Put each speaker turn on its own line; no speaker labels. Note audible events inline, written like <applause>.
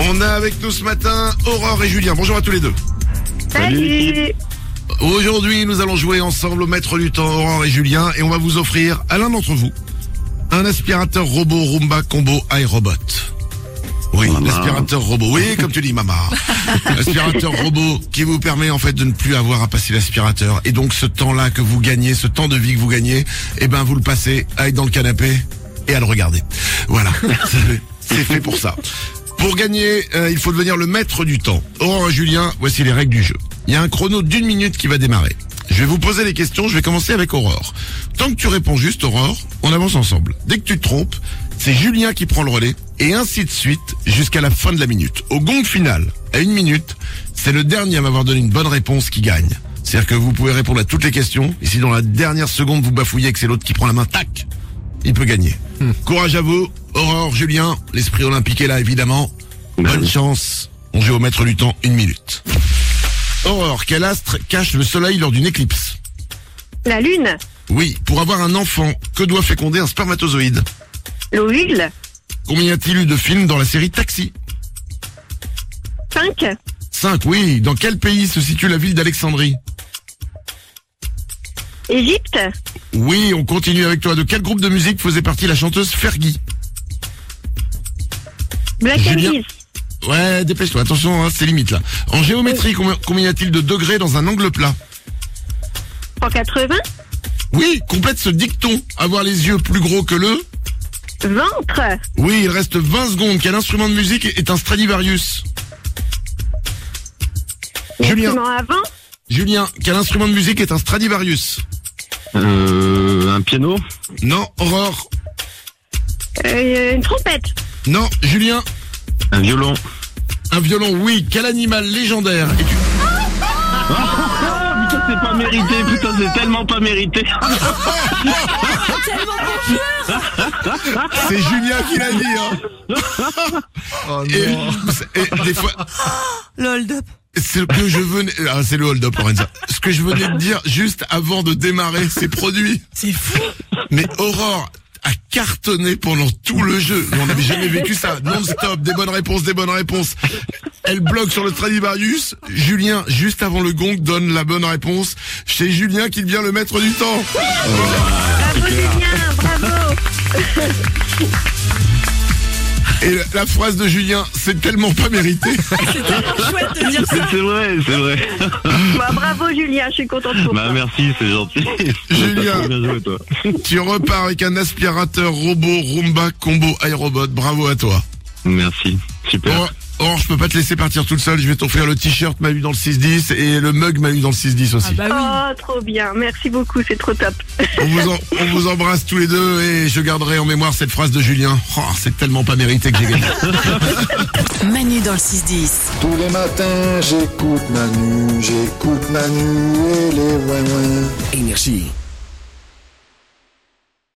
On a avec nous ce matin Aurore et Julien. Bonjour à tous les deux.
Salut
Aujourd'hui, nous allons jouer ensemble au maître du temps Aurore et Julien et on va vous offrir à l'un d'entre vous un aspirateur robot Roomba Combo iRobot. Oui, l'aspirateur robot. Oui, comme tu dis, maman. L'aspirateur robot qui vous permet en fait de ne plus avoir à passer l'aspirateur. Et donc ce temps-là que vous gagnez, ce temps de vie que vous gagnez, eh ben vous le passez à être dans le canapé et à le regarder. Voilà, c'est c'est fait pour ça. Pour gagner, euh, il faut devenir le maître du temps. Aurore et Julien, voici les règles du jeu. Il y a un chrono d'une minute qui va démarrer. Je vais vous poser les questions, je vais commencer avec Aurore. Tant que tu réponds juste, Aurore, on avance ensemble. Dès que tu te trompes, c'est Julien qui prend le relais, et ainsi de suite jusqu'à la fin de la minute. Au gong final, à une minute, c'est le dernier à m'avoir donné une bonne réponse qui gagne. C'est-à-dire que vous pouvez répondre à toutes les questions, et si dans la dernière seconde vous bafouillez et que c'est l'autre qui prend la main, tac, il peut gagner. Courage à vous, Aurore, Julien, l'esprit olympique est là évidemment. Bonne chance, on joue au maître du temps, une minute. Aurore, quel astre cache le soleil lors d'une éclipse
La lune,
Oui, pour avoir un enfant, que doit féconder un spermatozoïde
l'ovule,
Combien y a-t-il eu de films dans la série Taxi
5,
5, oui. Dans quel pays se situe la ville d'Alexandrie
Égypte,
Oui, on continue avec toi. De quel groupe de musique faisait partie la chanteuse Fergie
Black and
Julien.
Keys,
Ouais, dépêche-toi, attention, hein, c'est limite là. En géométrie, combien, combien y a-t-il de degrés dans un angle plat
180,
Oui, complète ce dicton. Avoir les yeux plus gros que le...
ventre,
Oui, il reste 20 secondes. Quel instrument de musique est un Stradivarius Julien,
instrument avant,
Julien, quel instrument de musique est un Stradivarius
Euh, un piano
Non, Aurore.
euh, une trompette,
Non, Julien,
Un violon
un violon, oui. Quel animal légendaire est
Ah, Putain, c'est pas mérité, putain, c'est tellement pas <laughs> mérité
C'est Julien qui l'a dit, hein. <laughs> et, et des fois,
Le hold-up.
c'est ce que je venais, ah, c'est le hold-up, Lorenza. Ce que je venais de dire juste avant de démarrer ces produits.
C'est <laughs> fou.
Mais Aurore a cartonné pendant tout le jeu. Mais On n'avait jamais vécu ça. Non-stop, des bonnes réponses, des bonnes réponses. Elle bloque sur le Stradivarius. Julien, juste avant le gong, donne la bonne réponse. C'est Julien qui devient le maître du temps.
bravo Julien, bravo
Et la- la phrase de Julien, c'est tellement pas mérité.
Chouette de dire ça.
C'est vrai, c'est vrai
Bah, Bravo Julien, je suis contente pour
Bah
toi.
merci, c'est gentil
Julien.
Bien joué, toi
Tu repars avec un aspirateur robot Roomba Combo iRobot. Bravo à toi.
Merci, super
Or, or, je peux pas te laisser partir tout seul. Je vais t'offrir le t-shirt m'a eu dans le 6-10 et le mug m'a eu dans le 6-10 aussi.
Ah bah oui.
Oh, trop bien, merci beaucoup, c'est trop top.
on, vous en- on vous embrasse tous les deux et je garderai en mémoire cette phrase de Julien. Oh, c'est tellement pas mérité que j'ai gagné.
Manu dans le 6-10.
Tous les matins, j'écoute Manu, j'écoute Manu et les ouin-ouin. Énergie.